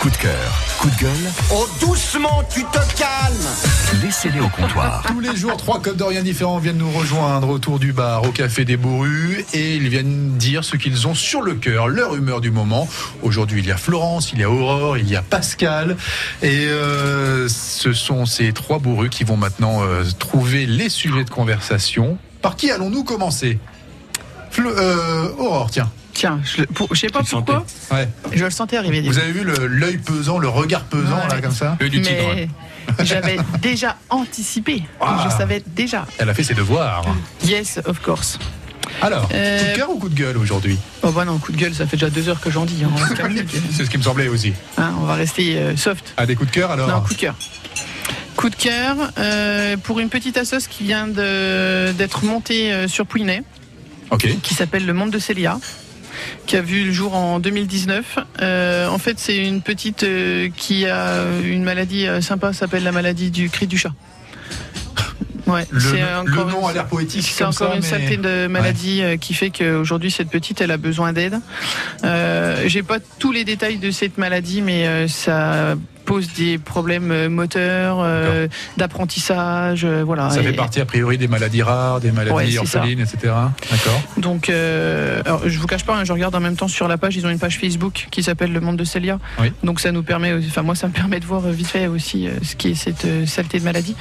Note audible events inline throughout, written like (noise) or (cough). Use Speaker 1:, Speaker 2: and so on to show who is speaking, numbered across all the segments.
Speaker 1: Coup de cœur, coup de gueule,
Speaker 2: Oh doucement, tu te calmes
Speaker 1: laissez-les au comptoir.
Speaker 3: Tous les jours, trois codes de rien différents viennent nous rejoindre autour du bar, au café des Bourrus, et ils viennent dire ce qu'ils ont sur le cœur, leur humeur du moment. Aujourd'hui, il y a Florence, il y a Aurore, il y a Pascal, et euh, ce sont ces trois Bourrus qui vont maintenant euh, trouver les sujets de conversation. Par qui allons-nous commencer Flo- euh, Aurore, tiens.
Speaker 4: Tiens, je, le- pour- je sais pas
Speaker 5: Tu le
Speaker 4: pourquoi,
Speaker 3: Ouais.
Speaker 4: je le sentais arriver. dis
Speaker 3: Vous
Speaker 4: donc.
Speaker 3: avez vu le- l'œil pesant, le regard pesant,
Speaker 4: Ouais.
Speaker 3: là, comme ça
Speaker 5: Œil du tigre. hein.
Speaker 4: Mais j'avais déjà anticipé.
Speaker 3: Ah.
Speaker 4: Je savais déjà.
Speaker 3: Elle a fait ses devoirs.
Speaker 4: Yes, of course.
Speaker 3: Alors,
Speaker 4: Euh,
Speaker 3: coup de cœur ou coup de gueule aujourd'hui
Speaker 4: Oh bah non, coup de gueule, ça fait déjà deux heures que j'en dis. hein, on, va se
Speaker 5: (laughs)
Speaker 4: calmer, puis,
Speaker 3: C'est ce qui me semblait aussi.
Speaker 4: hein, on va rester euh, soft.
Speaker 3: Ah, des coups de cœur alors
Speaker 4: Non, coup de cœur. Coup de cœur euh, pour une petite assoce qui vient de- d'être montée euh, sur Pouinet,
Speaker 3: Ok.
Speaker 4: qui s'appelle Le Monde de Célia, qui a vu le jour en 2019. Euh, en fait, c'est une petite euh, qui a une maladie euh, sympa, ça s'appelle la maladie du cri du chat. Ouais,
Speaker 3: Le,
Speaker 4: c'est
Speaker 3: le
Speaker 4: encore
Speaker 3: nom
Speaker 4: une-
Speaker 3: a l'air poétique.
Speaker 4: C'est
Speaker 3: comme
Speaker 4: encore
Speaker 3: ça,
Speaker 4: une
Speaker 3: mais-
Speaker 4: saleté de maladie euh, qui fait qu'aujourd'hui, cette petite, elle a besoin d'aide. Euh, J'ai pas tous les détails de cette maladie, mais euh, ça pose des problèmes euh, moteurs, euh, d'apprentissage, euh, voilà.
Speaker 3: Ça fait
Speaker 4: Et
Speaker 3: partie a priori des maladies rares, des
Speaker 4: Ouais,
Speaker 3: maladies
Speaker 4: c'est ça.
Speaker 3: orphelines, etc. D'accord.
Speaker 4: Donc, euh, alors, je vous cache pas, hein, je regarde en même temps sur la page, ils ont une page Facebook qui s'appelle Le Monde de Célia.
Speaker 3: Oui.
Speaker 4: Donc ça nous permet, enfin moi ça me permet de voir euh, vite fait aussi euh, ce qui est cette euh, saleté de maladie.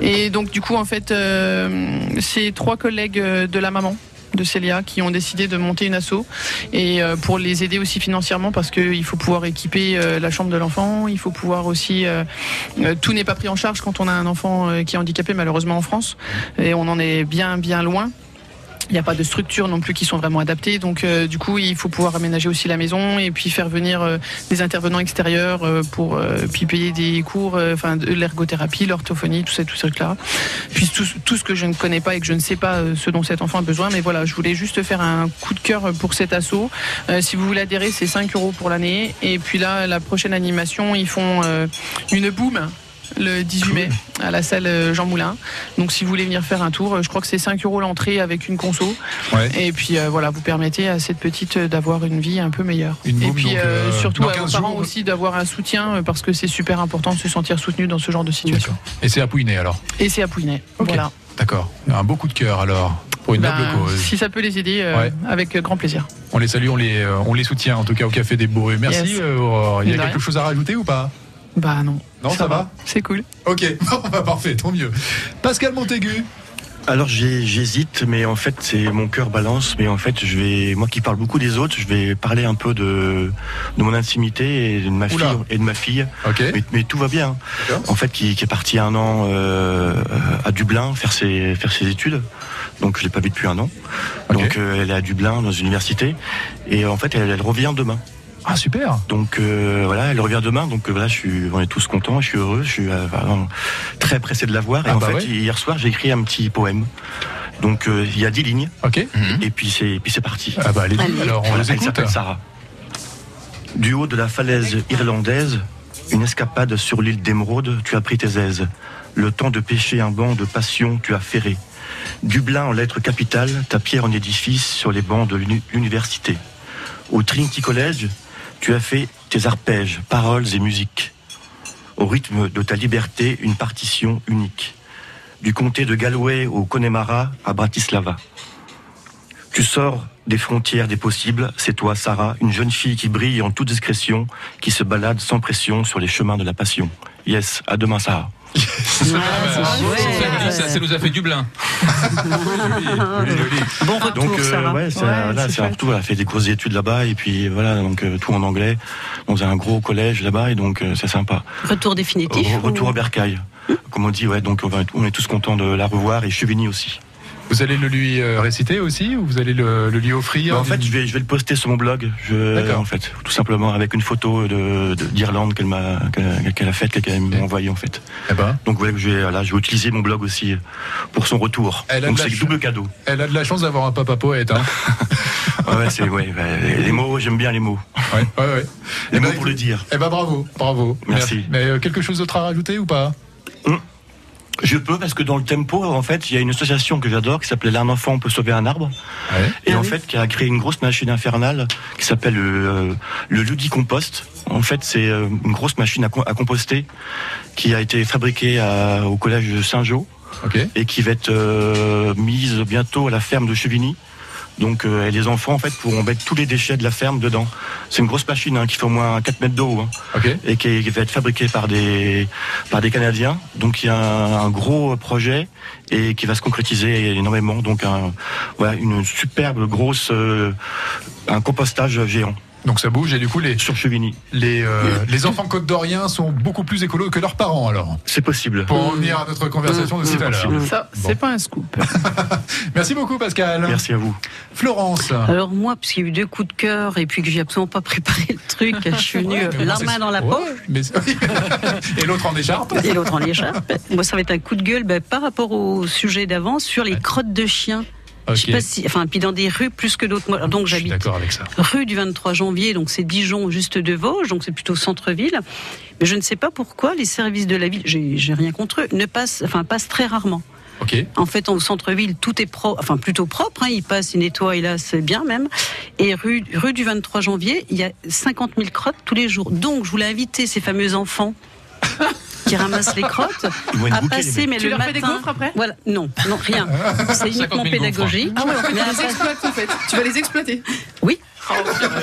Speaker 4: Et donc du coup en fait, euh, c'est trois collègues euh, de la maman de Célia qui ont décidé de monter une asso et euh, pour les aider aussi financièrement parce qu'il faut pouvoir équiper euh, la chambre de l'enfant, il faut pouvoir aussi euh, euh, tout n'est pas pris en charge quand on a un enfant euh, qui est handicapé malheureusement en France et on en est bien bien loin. Il n'y a pas de structures non plus qui sont vraiment adaptées. Donc, euh, du coup, il faut pouvoir aménager aussi la maison et puis faire venir euh, des intervenants extérieurs euh, pour euh, puis payer des cours, euh, enfin, de l'ergothérapie, l'orthophonie, tout ça, tout ce truc-là. Puis tout, ce- tout ce que je ne connais pas et que je ne sais pas euh, ce dont cet enfant a besoin. Mais voilà, je voulais juste faire un coup de cœur pour cet assaut. Euh, si vous voulez adhérer, c'est 5 euros pour l'année. Et puis là, la prochaine animation, ils font euh, une boum le 18 mai à la salle euh, Jean Moulin. Donc si vous voulez venir faire un tour, euh, je crois que c'est 5 euros l'entrée avec une conso.
Speaker 3: Ouais.
Speaker 4: Et puis euh, voilà, vous permettez à cette petite euh, d'avoir une vie un peu meilleure.
Speaker 3: Une
Speaker 4: et
Speaker 3: boum,
Speaker 4: puis
Speaker 3: donc, euh,
Speaker 4: surtout
Speaker 3: dans
Speaker 4: à vos
Speaker 3: 15
Speaker 4: parents
Speaker 3: jours.
Speaker 4: aussi d'avoir un soutien euh, parce que c'est super important de se sentir soutenu dans ce genre de situation.
Speaker 3: Et c'est à Pouinet alors.
Speaker 4: Et c'est à Pouinet.
Speaker 3: Ok.
Speaker 4: Voilà.
Speaker 3: D'accord. Un beau coup de cœur alors pour une
Speaker 4: Ben,
Speaker 3: noble cause.
Speaker 4: si ça peut les aider, euh,
Speaker 3: Ouais.
Speaker 4: avec euh, grand plaisir.
Speaker 3: On les salue, on les, euh, on les soutient en tout cas au Café des Bourrés. Merci
Speaker 4: Yes.
Speaker 3: euh, Aurore. Il y a
Speaker 4: De
Speaker 3: quelque
Speaker 4: rien.
Speaker 3: chose à rajouter ou pas
Speaker 4: Bah non.
Speaker 3: Non, ça va
Speaker 4: C'est cool.
Speaker 3: Ok. (laughs) Bon, bah, parfait, tant mieux. Pascal Montaigu.
Speaker 6: Alors j'ai- j'hésite, mais en fait c'est mon cœur balance, mais en fait je vais, moi qui parle beaucoup des autres, je vais parler un peu de, de mon intimité et de ma fille
Speaker 3: Oula.
Speaker 6: et de ma fille.
Speaker 3: Ok.
Speaker 6: Mais, mais tout va bien.
Speaker 3: D'accord.
Speaker 6: En fait, qui, qui est parti un an euh, euh, à Dublin faire ses faire ses études. Donc je l'ai pas vue depuis un an.
Speaker 3: Ok.
Speaker 6: Donc euh, elle est à Dublin dans une université et euh, en fait elle, elle revient demain.
Speaker 3: Ah super.
Speaker 6: Donc euh, voilà, elle revient demain. Donc euh, voilà, je suis, on est tous contents, je suis heureux, je suis euh, vraiment très pressé de la voir. Et
Speaker 3: Ah
Speaker 6: en
Speaker 3: bah
Speaker 6: fait,
Speaker 3: ouais.
Speaker 6: hier soir, j'ai écrit un petit poème. Donc euh, il y a dix lignes
Speaker 3: Ok.
Speaker 5: Mm.
Speaker 6: et puis c'est puis c'est parti.
Speaker 3: Ah bah allez, alors on
Speaker 6: Voilà,
Speaker 3: les
Speaker 6: elle
Speaker 3: écoute.
Speaker 6: s'appelle Sarah. Du haut de la falaise irlandaise, une escapade sur l'île d'Émeraude, tu as pris tes aises. Le temps de pêcher un banc de passion, tu as ferré. Dublin en lettres capitales, ta pierre en édifice sur les bancs de l'uni- l'université. Au Trinity College, tu as fait tes arpèges, paroles et musique. Au rythme de ta liberté, une partition unique. Du comté de Galway au Connemara à Bratislava. Tu sors des frontières des possibles, c'est toi, Sarah, une jeune fille qui brille en toute discrétion, qui se balade sans pression sur les chemins de la passion. Yes, à demain, Sarah. Ah,
Speaker 3: Ah, bah,
Speaker 5: Ça, ça, ça nous a
Speaker 3: (laughs)
Speaker 5: fait Dublin.
Speaker 4: Bon retour,
Speaker 6: euh,
Speaker 4: Sarah.
Speaker 6: ouais, c'est
Speaker 4: Ouais,
Speaker 6: voilà,
Speaker 4: c'est
Speaker 6: c'est un
Speaker 4: chouette.
Speaker 6: retour. Elle a fait des grosses études là-bas, et puis voilà, donc euh, tout en anglais, dans un gros collège là-bas, et donc euh, c'est sympa.
Speaker 7: Retour définitif
Speaker 6: Re-
Speaker 7: ou-
Speaker 6: Retour à Bercail. Comme on dit, ouais, donc on va- on est tous contents de la revoir, et Chevigny aussi.
Speaker 3: Vous allez le lui euh, réciter aussi ou vous allez le, le lui offrir
Speaker 6: Bah, en fait, je vais, je vais le poster sur mon blog. Je,
Speaker 3: D'accord.
Speaker 6: en fait, tout simplement avec une photo de- de- d'Irlande qu'elle m'a, qu'elle, qu'elle a faite, qu'elle m'a envoyée en fait.
Speaker 3: Eh ben,
Speaker 6: Donc voilà, je vais, voilà, je vais utiliser mon blog aussi pour son retour.
Speaker 3: Elle a
Speaker 6: Donc
Speaker 3: de la
Speaker 6: c'est
Speaker 3: ch-
Speaker 6: double cadeau.
Speaker 3: elle a de la chance d'avoir un papa poète.
Speaker 6: (laughs)
Speaker 3: Hein.
Speaker 6: Ah ouais, c'est, ouais, ouais, les mots, j'aime bien les mots.
Speaker 3: ouais, ouais, ouais.
Speaker 6: Les
Speaker 3: Eh
Speaker 6: mots
Speaker 3: ben,
Speaker 6: pour le dire.
Speaker 3: Eh ben bravo, bravo.
Speaker 6: Merci.
Speaker 3: Mais euh, quelque chose d'autre à rajouter ou pas
Speaker 6: Hum. Je peux parce que dans le tempo, en fait, il y a une association que j'adore qui s'appelait L'un enfant peut sauver un arbre. Et en fait, qui a créé une grosse machine infernale qui s'appelle euh, le ludicompost. En fait, c'est euh, une grosse machine à, com- à composter qui a été fabriquée à- au collège de Saint-Jean
Speaker 3: Ok.
Speaker 6: et qui va être euh, mise bientôt à la ferme de Chevigny. Donc, euh, et les enfants, en fait, pourront mettre tous les déchets de la ferme dedans. C'est une grosse machine hein, qui fait au moins 4 mètres d'eau. Hein
Speaker 3: Ok.
Speaker 6: et qui va être fabriqué par des, par des Canadiens. Donc il y a un, un gros projet et qui va se concrétiser énormément. Donc un, voilà, une superbe grosse, euh, un compostage géant
Speaker 3: Donc ça bouge et du coup les
Speaker 6: sur Chevigny.
Speaker 3: les, euh, les enfants côte d'Orient sont beaucoup plus écolos que leurs parents alors.
Speaker 6: C'est possible.
Speaker 3: Pour en revenir à notre conversation
Speaker 6: Mm.
Speaker 3: de tout à l'heure.
Speaker 4: Ça, c'est pas un scoop.
Speaker 3: Merci beaucoup Pascal.
Speaker 6: Merci à vous.
Speaker 3: Florence.
Speaker 5: Alors moi, parce qu'il y a eu deux coups de cœur et puis que j'ai absolument pas (laughs) préparé le truc, je suis venue
Speaker 3: Ouais,
Speaker 5: euh,
Speaker 3: mais
Speaker 5: la
Speaker 3: c'est-
Speaker 5: main dans la
Speaker 3: Ouais,
Speaker 5: poche
Speaker 3: mais- (laughs) et l'autre en écharpe.
Speaker 5: et l'autre en écharpe. Moi, ça va être un coup de gueule ben, par rapport au sujet d'avant sur les crottes de chiens. Je sais
Speaker 3: Ok.
Speaker 5: pas si, enfin, puis dans des rues plus que d'autres. Moi, Donc
Speaker 3: Je suis
Speaker 5: j'habite
Speaker 3: d'accord avec ça.
Speaker 5: rue du 23 janvier, donc c'est Dijon juste de Vosges, donc c'est plutôt centre-ville. Mais je ne sais pas pourquoi les services de la ville, j'ai j'ai rien contre eux, ne passent, enfin passent très rarement.
Speaker 3: Ok.
Speaker 5: En fait, au centre-ville, tout est pro, enfin plutôt propre. Hein, ils passent, ils nettoient, et là, c'est bien même. Et rue, rue du 23 janvier, il y a 50 000 crottes tous les jours. Donc, je voulais inviter ces
Speaker 6: (laughs)
Speaker 5: fameux enfants qui ramassent les crottes
Speaker 6: Ils vont être
Speaker 5: à
Speaker 6: bouqués, les
Speaker 5: passer,
Speaker 6: mecs.
Speaker 5: mais
Speaker 4: Tu
Speaker 5: le
Speaker 4: leur
Speaker 5: matin.
Speaker 4: fais des gaufres après
Speaker 5: Voilà, non, non,
Speaker 6: (laughs)
Speaker 5: rien.
Speaker 7: 50
Speaker 5: C'est uniquement
Speaker 7: 000
Speaker 5: pédagogique.
Speaker 4: Ah ouais, en fait,
Speaker 5: Mais
Speaker 4: tu les
Speaker 5: après-
Speaker 4: exploites, en fait. Tu vas les exploiter.
Speaker 5: oui.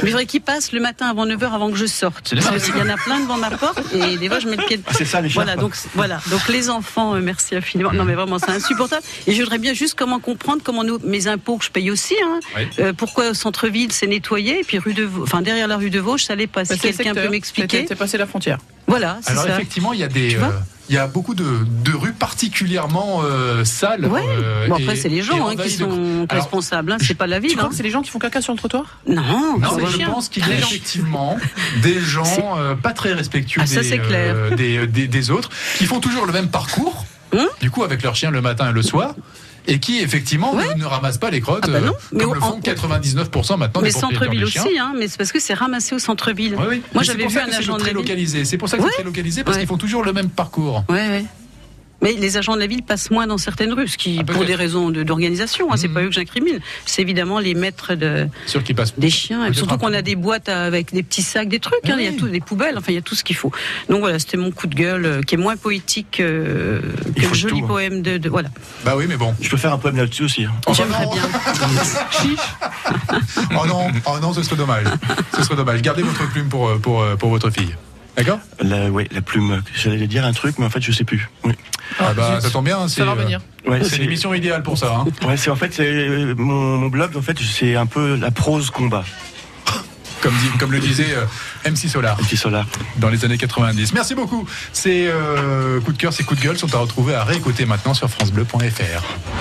Speaker 5: Mais j'aurais qu'ils passent le matin avant 9h avant que je sorte.
Speaker 7: C'est bien.
Speaker 5: Parce qu'il y en a plein devant ma porte et des fois je mets le pied
Speaker 3: Ah,
Speaker 5: de...
Speaker 6: c'est ça, les chiens.
Speaker 5: Voilà donc, c'est- voilà. donc les enfants, euh, merci infiniment. Non mais vraiment c'est insupportable. Et je voudrais bien juste comment comprendre comment nous, mes impôts que je paye aussi, hein,
Speaker 3: Oui.
Speaker 5: euh, pourquoi au centre-ville c'est nettoyé et puis rue de Vau- enfin, derrière la rue de Vosges ça l'est pas. Si
Speaker 4: Bah, c'est le
Speaker 5: quelqu'un peut
Speaker 4: secteur.
Speaker 5: m'expliquer.
Speaker 4: C'est- C'est passé la frontière.
Speaker 5: Voilà, c'est
Speaker 3: Alors
Speaker 5: ça.
Speaker 3: effectivement, il y a des,
Speaker 5: Tu vois
Speaker 3: euh, il y a beaucoup de, de rues particulièrement euh, sales.
Speaker 5: Ouais.
Speaker 3: euh,
Speaker 5: Bon après
Speaker 3: et-
Speaker 5: c'est les
Speaker 3: et
Speaker 5: gens hein, qui
Speaker 3: envahies de-
Speaker 5: sont
Speaker 3: Alors,
Speaker 5: responsables, hein, c'est pas la
Speaker 4: Tu
Speaker 5: ville.
Speaker 4: crois
Speaker 5: hein.
Speaker 4: que c'est les gens qui font caca sur le trottoir
Speaker 5: Non,
Speaker 3: Non,
Speaker 4: c'est
Speaker 3: mais
Speaker 4: les
Speaker 3: je
Speaker 4: chiens.
Speaker 3: pense qu'il y a
Speaker 4: Les gens.
Speaker 3: effectivement des gens euh, pas très respectueux
Speaker 5: Ah, ça,
Speaker 3: des,
Speaker 5: c'est clair. (laughs)
Speaker 3: euh, des, des- des autres, qui font toujours le même parcours,
Speaker 5: Hum
Speaker 3: du coup avec leur chien le matin et le soir, et qui effectivement
Speaker 5: Ouais.
Speaker 3: ne, ne ramassent pas les crottes,
Speaker 5: Ah bah
Speaker 3: euh,
Speaker 5: non, mais
Speaker 3: comme
Speaker 5: au-
Speaker 3: le font
Speaker 5: en-
Speaker 3: 99% maintenant
Speaker 5: mais
Speaker 3: des propriétaires
Speaker 5: centre-ville
Speaker 3: de chiens.
Speaker 5: aussi, hein, mais c'est parce que c'est ramassé au centre-ville.
Speaker 3: Oui, oui.
Speaker 5: Moi
Speaker 3: Mais c'est
Speaker 5: j'avais
Speaker 3: pour
Speaker 5: vu
Speaker 3: ça
Speaker 5: un
Speaker 3: que c'est
Speaker 5: agent
Speaker 3: le
Speaker 5: de
Speaker 3: très
Speaker 5: la ville.
Speaker 3: localisé. C'est pour ça que
Speaker 5: Ouais.
Speaker 3: c'est très localisé parce
Speaker 5: Ouais.
Speaker 3: qu'ils font toujours le même parcours.
Speaker 5: Ouais, ouais. Mais les agents de la ville passent moins dans certaines rues, ce qui,
Speaker 3: Ah,
Speaker 5: pour
Speaker 3: peut-être.
Speaker 5: des raisons de- d'organisation, hein, c'est
Speaker 3: Mhm.
Speaker 5: pas eux que j'incrimine. C'est évidemment les maîtres de,
Speaker 3: Sûr qu'ils passent.
Speaker 5: des chiens. Et
Speaker 3: Peut-être un
Speaker 5: surtout qu'on
Speaker 3: peu.
Speaker 5: a des boîtes à- avec des petits sacs, des trucs.
Speaker 3: Mais
Speaker 5: hein, Il y a
Speaker 3: oui.
Speaker 5: tout, des poubelles. Enfin, il y a tout ce qu'il faut. Donc voilà, c'était mon coup de gueule euh, qui est moins poétique euh, que
Speaker 6: faut
Speaker 5: le joli
Speaker 6: tout, hein.
Speaker 5: poème de, de- voilà.
Speaker 3: Bah oui, mais bon.
Speaker 6: Je peux faire un poème là-dessus aussi. hein.
Speaker 3: Oh
Speaker 5: J'aimerais
Speaker 3: non.
Speaker 5: bien.
Speaker 3: Oh non, oh non, ce serait dommage. Ce serait dommage. Gardez votre plume pour, euh, pour, euh, pour votre fille. D'accord
Speaker 6: La, ouais, la plume. J'allais dire un truc, mais en fait, je sais plus. Oui.
Speaker 3: Ah bah, ça tombe bien. c'est,
Speaker 4: Ça va
Speaker 3: euh,
Speaker 4: revenir.
Speaker 6: Ouais,
Speaker 3: C'est l'émission idéale pour ça. hein.
Speaker 6: Ouais, c'est en fait c'est euh, mon, mon blog. En fait, c'est un peu la prose combat.
Speaker 3: Comme, dit- comme le disait euh, MC Solar
Speaker 6: Petit solar.
Speaker 3: dans les années 90. Merci beaucoup. Ces euh, coups de cœur, ces coups de gueule sont à retrouver à réécouter maintenant sur FranceBleu.fr.